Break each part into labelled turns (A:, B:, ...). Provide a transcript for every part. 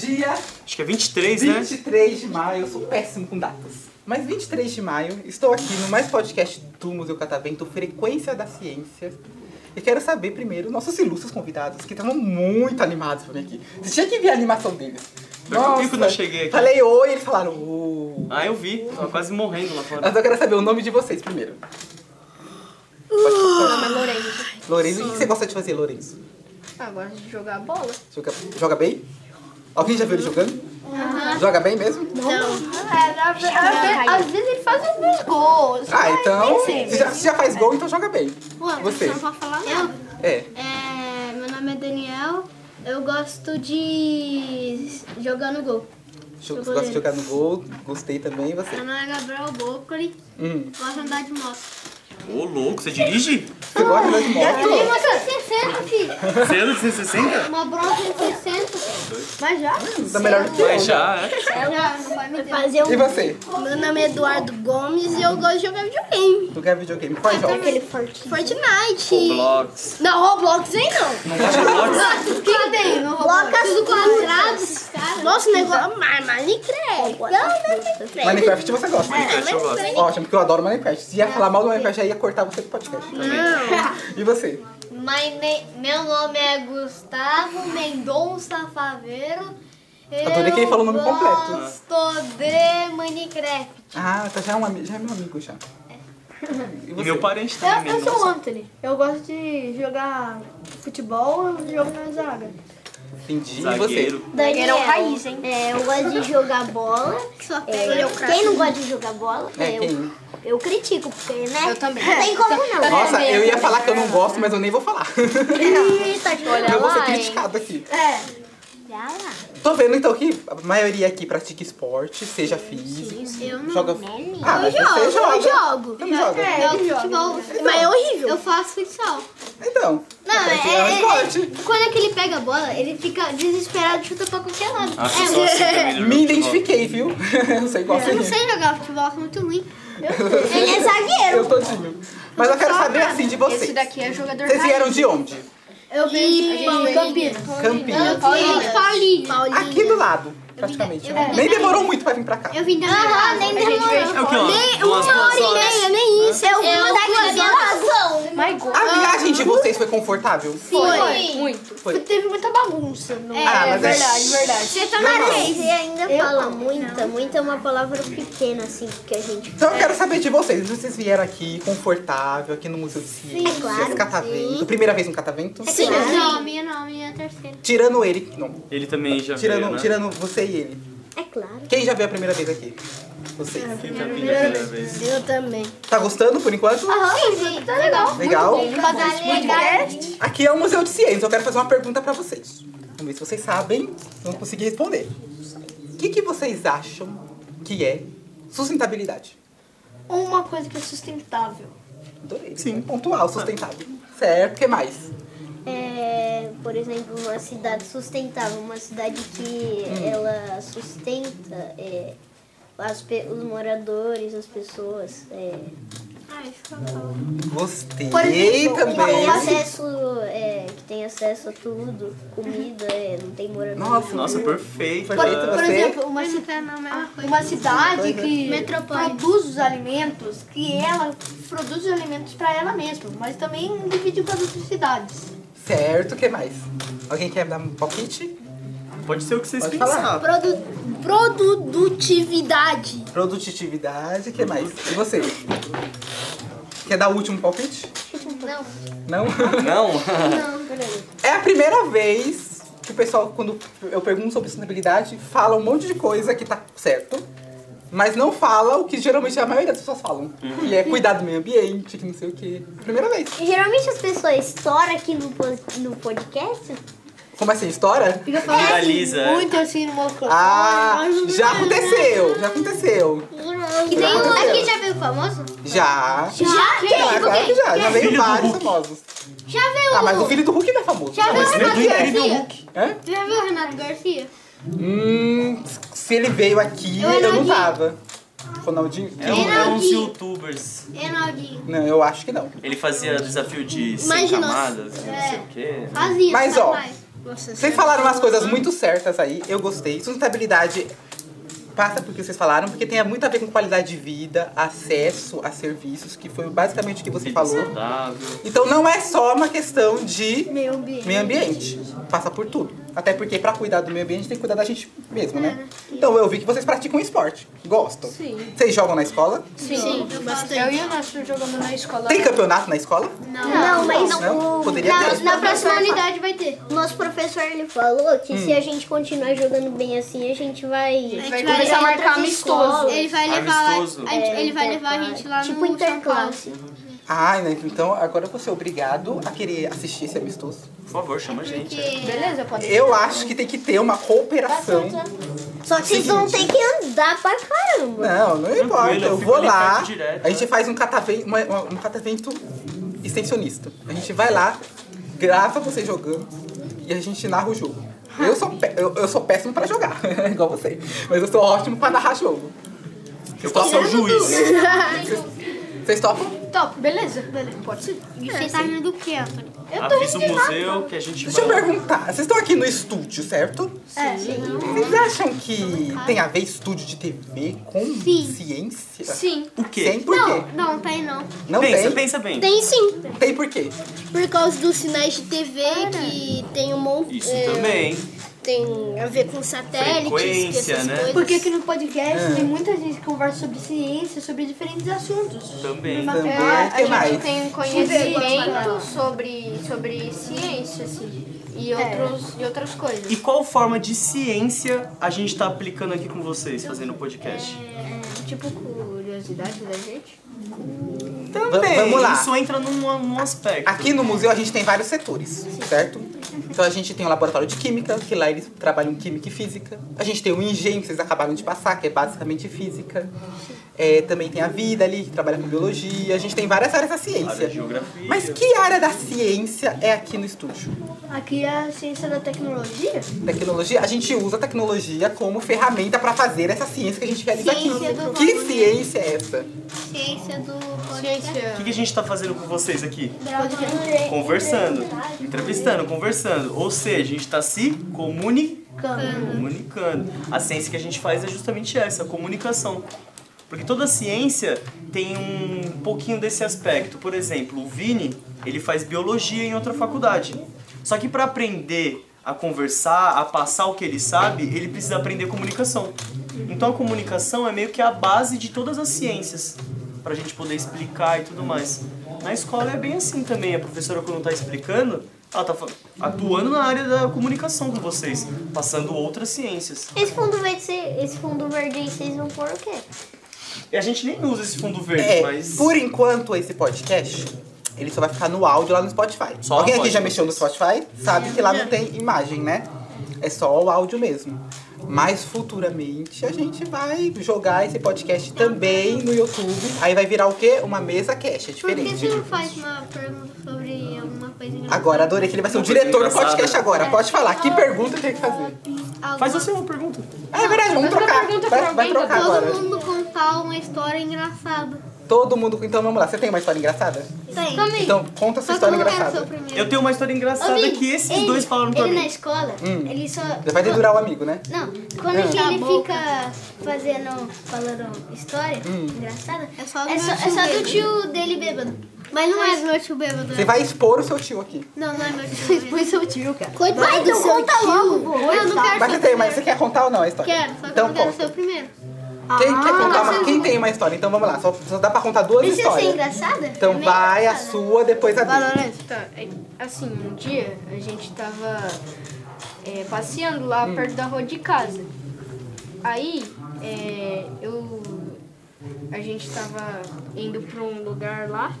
A: Dia
B: Acho que é 23, né?
A: 23 de maio, eu sou péssimo com datas. Mas 23 de maio, estou aqui no mais podcast do Museu Catavento, Frequência da Ciência. E quero saber primeiro, nossos ilustres convidados, que estavam muito animados pra mim aqui. Você tinha que ver a animação deles.
B: Faz um tempo que eu não cheguei aqui.
A: Falei oi, eles falaram "Ô".
B: Ah, eu vi. Tava quase morrendo lá fora.
A: Mas eu quero saber o nome de vocês primeiro.
C: Meu nome é Lorenzo.
A: Lourenço, o que você gosta de fazer, Lourenço?
C: Ah, gosto de jogar bola.
A: Joga, joga bem? Alguém já viu ele jogando? Joga bem mesmo?
D: Às vezes ele faz alguns gols.
A: Ah, então.
D: sim.
A: Se já, se já faz gol, então joga bem. Você.
C: Não vou falar
D: Eu,
C: nada.
A: É.
C: É, meu nome é Daniel. Eu gosto de jogar no gol.
A: Você
C: Sou
A: gosta de
C: goleiro.
A: jogar no gol, gostei também, e você.
D: Ah.
C: Meu nome é Gabriel Bocoli.
A: Hum.
C: Gosto de andar de moto.
B: Ô, louco, você dirige?
A: Você gosta de andar de moto?
D: Uma 160, filho.
B: Você anda de 160?
D: Uma bronze 160. Mas já?
A: Tá melhor do que eu.
B: Mas já, é.
D: Já, não vai me ter.
C: Fazer um
A: E você?
C: Meu nome é Eduardo Gomes e eu gosto de jogar videogame.
A: Tu quer videogame? Quais jogos?
D: Aquele forte.
C: Fortnite.
B: Blocks.
D: Não, Roblox, hein, não. Cadê? No Roblox.
C: Blocas do quadrado. Nossa, o negócio. Mas Minecraft. Não,
D: é
C: não, não.
A: Minecraft você gosta. né?
B: Minecraft eu gosto.
A: Ótimo, porque eu adoro Minecraft. Se ia falar mal do Minecraft, aí ia cortar você do podcast. E você?
D: My name- Meu nome é Gustavo Mendonça Faveiro.
A: Adorei que ele falou o nome completo.
D: Gosto de Minecraft.
A: Ah, então já é, um, ami- já é meu amigo já. E
B: E
A: você?
B: meu parente também.
D: eu sou o
B: nossa.
D: Anthony. Eu gosto de jogar futebol, eu jogo na zaga.
A: Entendi. E você?
B: Zagueiro.
D: Daniel Raiz, hein? É, eu gosto de jogar bola.
C: Só
D: É,
C: pega ele o craque.
D: quem não gosta de jogar bola,
A: É,
D: eu,
A: quem?
D: eu critico, porque, né? Eu também. Não tem como não.
A: Nossa, eu ia falar que eu não gosto, mas eu nem vou falar.
D: Eita, olha
A: Eu vou ser
D: lá, hein?
A: criticado aqui.
D: É. Olha lá.
A: Tô vendo então que a maioria aqui pratica esporte, seja físico.
C: Eu não. né,
A: Joga. Ah,
C: Eu
A: mas você
C: jogo,
A: joga.
C: eu jogo.
A: Você não joga.
C: Eu jogo futebol, mas é horrível. Eu faço futsal.
A: Então.
C: Não,
A: mas
C: é- é-
A: um esporte.
C: Quando é que ele pega a bola, ele fica desesperado e chuta pra qualquer lado. É,
B: Ah, você só assim também não
A: Me
B: joga futebol.
A: identifiquei, viu? Eu sei qual
C: eu não
A: seria.
C: sei jogar futebol, eu sou muito ruim.
D: Ele é zagueiro.
A: Eu tô tímido. Mas eu quero saber assim de vocês.
E: Esse daqui é jogador
A: Vocês vieram de onde?
C: Eu venho de
D: Campinas.
A: Campinas.
C: Paulinha. Paulinha.
A: Aqui do lado, praticamente. Nem demorou muito pra vir pra cá.
C: Eu vim da Aham, nem
B: É o que, ó? Umas
C: Nem uma
B: duas
C: hora e
B: horas.
C: meia, nem isso. Eu vim
D: Eu
C: daqui
D: fui adoração.
E: My God.
A: A viagem de vocês foi confortável?
C: Foi.
E: Muito.
A: Foi.
E: Teve muita bagunça. Não
A: Ah, mas é-
E: verdade.
C: Você tá
A: Normal.
C: Você ainda
D: Eu falo muita, muita é uma palavra pequena, assim, que a gente
A: Então eu quero saber de vocês. Vocês vieram aqui confortável, aqui no Museu de Ciências,
D: claro,
A: Catavento.
D: sim.
A: Primeira vez no Catavento?
C: Sim.
D: né?
C: Não, minha não, minha terceira.
A: Tirando ele. Não.
B: Ele também já veio,
A: Tirando,
B: né?
A: tirando você e ele.
D: É claro.
A: Quem já veio a primeira vez aqui? Vocês.
B: Ele já veio a primeira vez.
D: Eu também.
A: Tá gostando por enquanto?
D: Sim, sim. Tá legal.
A: Legal?
D: Legal.
A: Aqui é o Museu de Ciências. Eu quero fazer uma pergunta pra vocês. Vamos ver se vocês sabem. Não consegui responder. O que, que vocês acham que é sustentabilidade?
E: Uma coisa que é sustentável.
A: Adorei. Sim. Pontual, sustentável. Certo. O que mais?
D: É, por exemplo, uma cidade sustentável, uma cidade que
A: Hum.
D: ela sustenta é, as pe- os moradores, as pessoas. É,
A: Gostei
D: com
A: também.
D: acesso, é, que tem acesso a tudo, comida, é, não tem morador.
A: Nossa,
B: Nossa, perfeito.
E: Por,
A: Perfeito.
B: Ah,
E: por
A: Você?
E: exemplo, uma, Ah, ci-
C: né?
E: uma cidade que
C: Metrópole.
E: produz os alimentos, que ela produz os alimentos para ela mesma, mas também divide com as outras cidades.
A: Certo. O que mais? Alguém quer dar um palpite?
B: Pode ser o que vocês
A: Pode
B: pensaram.
A: falar.
C: Produtividade.
A: Produtividade. O que mais? E você? Quer dar o último palpite?
D: Não.
A: Não?
B: Não?
A: É a primeira vez que o pessoal, quando eu pergunto sobre sustentabilidade, fala um monte de coisa que tá certo, mas não fala o que geralmente a maioria das pessoas falam. Que é cuidar do meio ambiente, que não sei o quê. Primeira vez.
D: Geralmente as pessoas estouram aqui no, po- no podcast.
A: Como assim, história?
E: Fica falando
B: Viraliza, é.
E: muito assim no microfone.
A: Ah,
E: mas não-
A: já aconteceu, já aconteceu.
D: Que
A: nem o-
D: Aqui já veio famoso?
A: Já.
D: Já? Quem?
A: Já, claro que já. Já veio
B: Filho do
A: vários
B: Hulk.
A: famosos.
C: Já veio
A: Ah, mas o filho do Hulk não é famoso.
C: Já
A: Não,
C: veio
A: mas- é?
C: o Renato
B: do incrível
C: Garcia?
B: Hulk.
A: Hã?
C: Já viu o Renato Garcia?
A: Hum, se ele veio aqui,
C: Eu
A: eu,
C: era
A: não
C: aqui.
A: tava. Ronaldinho?
B: É, um, é uns
C: Geraldi.
B: youtubers.
C: É, Enaldinho.
A: Não, eu acho que não.
B: Ele fazia desafio de 100
C: Imagina-
B: camadas, de não sei o quê.
C: Fazia,
A: Mas,
C: tá
A: ó,
C: mais. Nossa,
A: Vocês falaram umas coisas muito certas aí, eu gostei. Sustentabilidade passa por que vocês falaram, porque tem muito a ver com qualidade de vida, acesso a serviços, que foi basicamente o que você
B: Vida
A: falou.
B: saudável.
A: Então não é só uma questão de
C: Meio ambiente.
A: meio ambiente. Passa por tudo. Até porque pra cuidar do meio ambiente tem que cuidar da gente mesmo, né? Então eu vi que vocês praticam esporte. Gostam.
F: Sim.
A: Vocês jogam na escola?
F: Sim, bastante. Eu e o Nacho jogando na escola.
A: Tem campeonato na escola?
C: Não.
D: Não, mas
A: Não?
D: o-
A: Poderia ter.
D: na-
C: Na
D: Não,
C: próxima
D: professor,
C: unidade vai ter.
D: o nosso professor ele falou que se a gente continuar jogando bem assim, a gente vai,
F: vai começar a marcar amistoso.
C: Ele vai levar,
B: Amistoso.
C: a gente,
D: É,
C: ele vai levar a gente lá
D: tipo
C: no
D: interclasse.
A: Ai, né? Então agora eu vou ser obrigado a querer assistir esse amistoso.
B: Por favor, chama a gente.
F: Beleza, pode
A: Eu acho que tem que ter uma cooperação.
D: Só que vocês vão ter que andar pra caramba.
A: Não, não importa.
B: eu
A: Eu
B: fico
A: vou
B: ali
A: lá.
B: assim, perto direto,
A: A gente
B: né?
A: faz um catavento, um catavento extensionista. A gente vai lá, grava você jogando e a gente narra o jogo. Eu sou, pé- eu, eu sou péssimo pra jogar, igual você. Mas eu sou ótimo pra narrar jogo.
B: Eu posso ser o juiz.
A: Vocês topam?
E: Top, beleza. Beleza, pode ser.
C: E você tá rindo do que, Antônio?
B: Avisa o museu que a gente
A: Deixa eu
B: vai.
A: perguntar. Vocês estão aqui no estúdio, certo?
C: É, sim.
A: Vocês acham que tem a ver estúdio de TV com ciência?
C: Sim.
B: O
A: Tem
B: quê?
A: por
C: Não,
A: quê?
C: não, tem não.
A: Não
B: pensa,
A: tem?
B: pensa bem.
C: Tem sim.
A: Tem por quê?
D: Por causa dos sinais de TV que tem um monte.
B: Isso
D: é,
B: também.
D: Tem a ver com satélites,
B: Frequência,
D: essas
B: né?
D: coisas.
E: Porque aqui no podcast tem muita gente que conversa sobre ciência, sobre diferentes assuntos.
B: Também.
E: Numa-
A: Também.
F: É,
A: O que
F: a gente
A: mais?
F: tem conhecimento sobre, sobre ciência, assim,
C: É.
F: e, outros, e outras coisas.
B: E qual forma de ciência a gente tá aplicando aqui com vocês, fazendo o podcast?
F: Tipo, curiosidade da gente.
B: Também.
A: Va- vamos lá.
B: Isso é entra num, num aspecto.
A: Aqui no museu a gente tem vários setores, certo? Então a gente tem o laboratório de química, que lá eles trabalham química e física. A gente tem o engenho, que vocês acabaram de passar, que é basicamente física. É, também tem a vida ali, que trabalha com biologia. A gente tem várias áreas da
B: Área de
A: é ciência.
B: geografia.
A: Mas que área da ciência é aqui no estúdio?
E: Aqui é a ciência da tecnologia.
A: Tecnologia? A gente usa a tecnologia como ferramenta para fazer essa ciência que a gente realiza aqui.
C: Ciência do
A: Que
C: bagulho.
A: ciência é essa?
C: Ciência do
B: O
C: podcast.
F: Ciência.
B: que, que a gente tá fazendo com vocês aqui? Conversando, entrevistando, conversando. Ou seja, a gente tá se comuni- comunicando. A ciência que a gente faz é justamente essa, a comunicação. Porque toda ciência tem um pouquinho desse aspecto. Por exemplo, o Vini, ele faz biologia em outra faculdade. Só que para aprender a conversar, a passar o que ele sabe, ele precisa aprender comunicação. Então a comunicação é meio que a base de todas as ciências, pra gente poder explicar e tudo mais. Na escola é bem assim também, a professora quando tá explicando, ela tá fa- atuando na área da comunicação com vocês, passando outras ciências.
D: Esse fundo verde, cê- esse fundo verde aí, vocês vão pôr o quê?
B: E a gente nem usa esse fundo verde,
A: É,
B: mas...
A: por enquanto esse podcast, ele só vai ficar no áudio lá no Spotify.
B: Só
A: Alguém
B: no
A: aqui já
B: podcast.
A: mexeu no Spotify sabe que lá não tem imagem, né? É só o áudio mesmo. Mas futuramente a gente vai jogar esse podcast também no YouTube. Aí vai virar o quê? Uma mesa cast, é
C: Por que
A: diferente.
C: você não faz uma pergunta sobre alguma coisa engraçada?
A: Agora, adorei que ele vai ser o diretor do podcast agora. Pode falar, que pergunta que tem que fazer?
C: Alguma-
B: Faz você uma pergunta.
A: Ah, é verdade, vamos trocar.
F: pergunta pra
A: Vai, vai
F: alguém,
A: trocar
C: tá Todo
A: agora.
C: mundo contar uma história engraçada.
A: Todo mundo. Então vamos lá, você tem uma história engraçada?
C: Tem.
A: Então conta sua
C: Só
A: história
C: que eu não quero
A: engraçada.
C: ser o primeiro.
B: Eu tenho uma história engraçada
D: Ô, Vi,
B: que esses
D: ele-
B: dois falaram pra
D: Ele é- na
B: mim.
D: escola, ele só.
A: Vai dedurar o amigo, né?
D: Não, quando que
C: Cala a
D: ele
C: boca.
D: fica fazendo, falando história engraçada, é
C: só
D: só,
C: do
D: é, só,
C: meu tio
D: do tio dele bêbado.
C: Mas não é meu tio bêbado.
A: Você vai expor o seu tio aqui.
C: Não, não é meu tio bêbado.
F: Foi seu tio, cara.
D: Coitado Vai, então conta logo, pô.
C: Eu não
A: Mas
C: quero ser
A: você tem,
C: o
A: mas
C: primeiro.
A: você quer contar ou não a história?
C: Quero, só que eu
A: então
C: não quero ser
A: conta.
C: o primeiro.
A: Quem quer contar uma,
C: vocês
A: quem
C: vão.
A: tem uma história? Então vamos lá, só, só dá pra contar duas
D: Precisa ser
A: histórias.
D: engraçada? É
A: Então
D: meio
A: vai a
D: engraçada.
A: sua, depois a dele.
F: Valorante, tá. é, Assim, um dia a gente tava é, passeando lá perto da rua de casa. Aí é, eu. A gente tava indo pra um lugar lá,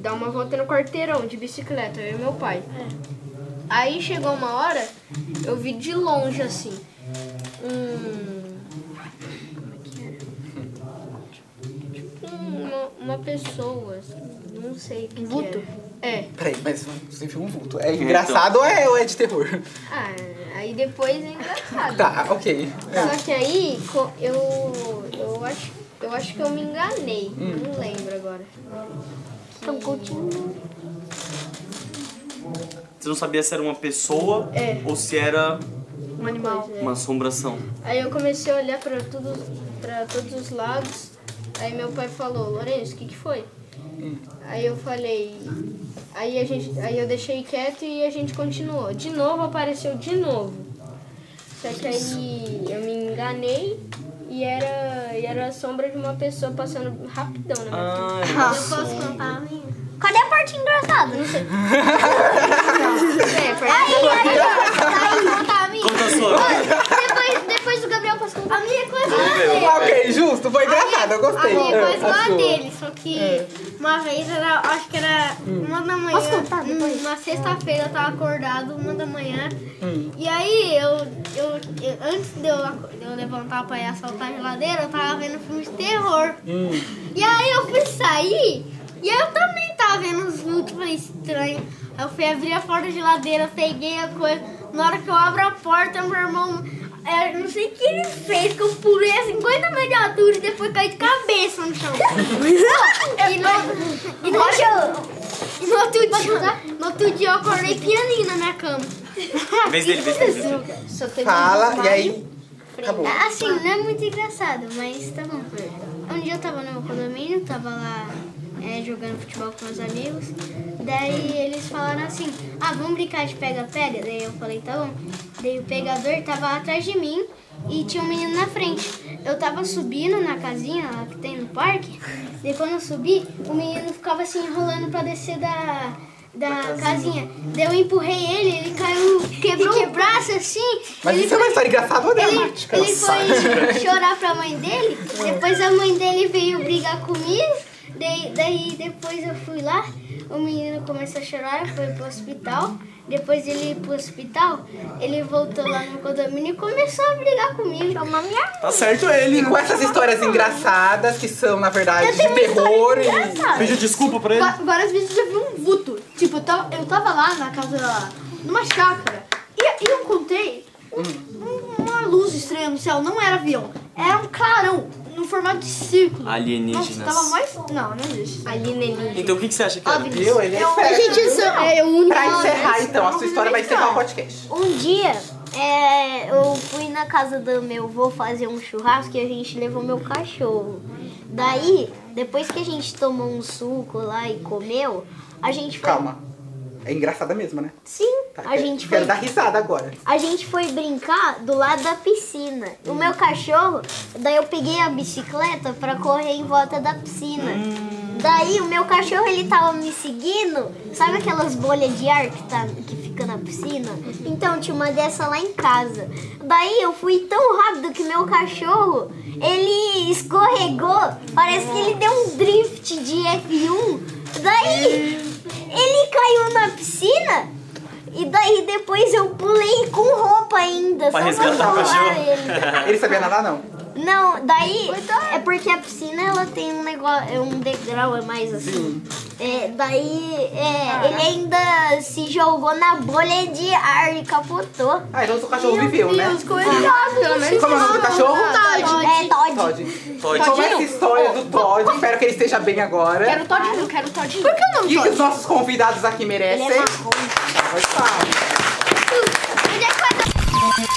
F: dar uma volta no quarteirão de bicicleta, eu e meu pai.
E: É.
F: Aí chegou uma hora, eu vi de longe assim. Um. Como é que era? Tipo uma, uma pessoa, assim, não sei o que. Vulto? é.
A: Peraí, mas você viu um vulto. É engraçado ou, é, ou é de terror?
F: Ah, aí E depois é engraçado.
A: Tá, ok.
F: Só que aí co- eu, eu, acho, eu acho que eu me enganei. Não lembro agora.
D: Então continua.
B: Você não sabia se era uma pessoa
F: É.
B: ou se era
F: Um animal.
B: uma assombração.
F: Aí eu comecei a olhar pra, tudo, pra todos os lados. Aí meu pai falou, Lourenço, o que, que foi? Aí eu falei. Aí, a gente, aí eu deixei quieto e a gente continuou. De novo apareceu de novo. Só que aí eu me enganei e era, e era a sombra de uma pessoa passando rapidão na minha
B: Ah,
F: frente.
C: Eu
B: era
C: posso contar a minha?
D: Cadê a parte engraçada? Não sei.
F: É, foi-
D: Conta a minha.
B: Conta a sua.
D: Depois, depois do Gabriel posso contar. A minha é quase
B: Vamos ver, vamos ver.
A: Ok, justo, foi engraçado, eu
C: A
A: gostei.
C: minha
A: É,
C: coisa
A: a
C: igual a
A: sua. É.
C: dele, só que uma vez era, acho que era uma da manhã. hum, Uma sexta-feira eu tava acordado, uma da manhã. E aí eu, eu, eu- antes de eu, aco- de eu levantar pra ir assaltar a geladeira, eu tava vendo filme de terror. E aí eu fui sair e eu também tava vendo os vultos, falei estranho. Aí eu fui abrir a porta da geladeira, peguei a coisa. Na hora que eu abro a porta, meu irmão. é, não sei o que ele fez, que eu pulei a 50 metros de altura e depois caí de cabeça no chão. e no, e no, e no outro dia, no outro dia eu acordei pianinho na minha cama.
B: Vez dele, vez dele, vez dele.
F: Só teve um
A: Fala, e
F: desmaio.
A: aí? Acabou.
D: Assim, não é muito engraçado, mas tá bom. Um dia eu tava no condomínio, tava lá é, jogando futebol com meus amigos. Daí eles falaram assim, ah, vamos brincar de pega-pega? Daí eu falei, tá bom. Daí o pegador tava atrás de mim e tinha um menino na frente. Eu tava subindo na casinha lá que tem no parque. Daí quando eu subi, o menino ficava assim enrolando pra descer da, da casinha. Daí eu empurrei ele, ele caiu, quebrou, o braço assim.
A: Mas
D: ele
A: isso é uma história engraçada ou
D: ele,
A: dramática?
D: ele foi chorar pra mãe dele, depois a mãe dele veio brigar comigo, daí, daí depois eu fui lá, o menino começou a chorar, foi pro hospital, depois ele ia pro hospital, ele voltou lá no condomínio e começou a brigar comigo. Chama minha
B: Tá certo ele.
A: E com essas histórias engraçadas, que são, na verdade, de terror e...
B: Pediu desculpa pra ele.
E: Va- Várias vezes eu vi um vulto. Tipo, eu tava, eu tava lá na casa, numa chácara, e, e eu contei um- um- uma luz estranha no céu. Não era avião, era um clarão no formato de círculo.
B: Alienígenas.
E: Nossa, tava mais. Não, não existe.
F: Alienígena.
B: Então o que, que você acha que era?
A: Viu? Ele é esperto.
F: é o único.
A: Pra encerrar, então, a sua história vai encerrar o podcast.
D: Um dia é, eu fui na casa do meu avô fazer um churrasco e a gente levou meu cachorro. Daí, depois que a gente tomou um suco lá e comeu, a gente foi.
A: Calma. É engraçada mesmo, né?
D: Sim,
A: Tá,
D: a
A: quero-
D: gente foi
A: Quero dar risada agora.
D: a gente foi brincar do lado da piscina. O meu cachorro, daí eu peguei a bicicleta pra correr em volta da piscina.
A: Hum.
D: Daí o meu cachorro ele tava me seguindo. Sabe aquelas bolhas de ar que, tá, que fica na piscina? Então tinha uma dessa lá em casa. Daí eu fui tão rápido que meu cachorro ele escorregou. Parece que ele deu um drift de F1. Daí ele caiu na piscina. E daí depois eu pulei com roupa ainda.
B: Pra
D: só pra
B: resgatar o
D: salvar
B: cachorro.
D: ele.
A: Ele sabia nadar, não?
D: Não, daí é porque a piscina ela tem um negócio, é um degrau, é mais assim. É, daí é, ele ainda se jogou na bolha de ar e capotou.
A: Ah, então o seu cachorro viveu, né?
F: Pelo menos
A: Como é o nome do cachorro?
D: É, Todd.
A: Todd.
B: Todd.
A: Como é essa história do Todd? Espero que ele esteja bem agora.
F: Quero todinho, quero todinho.
A: O que, que os nossos convidados aqui merecem?
D: Ele é marrom.
A: Pode falar.
D: Ele é quase-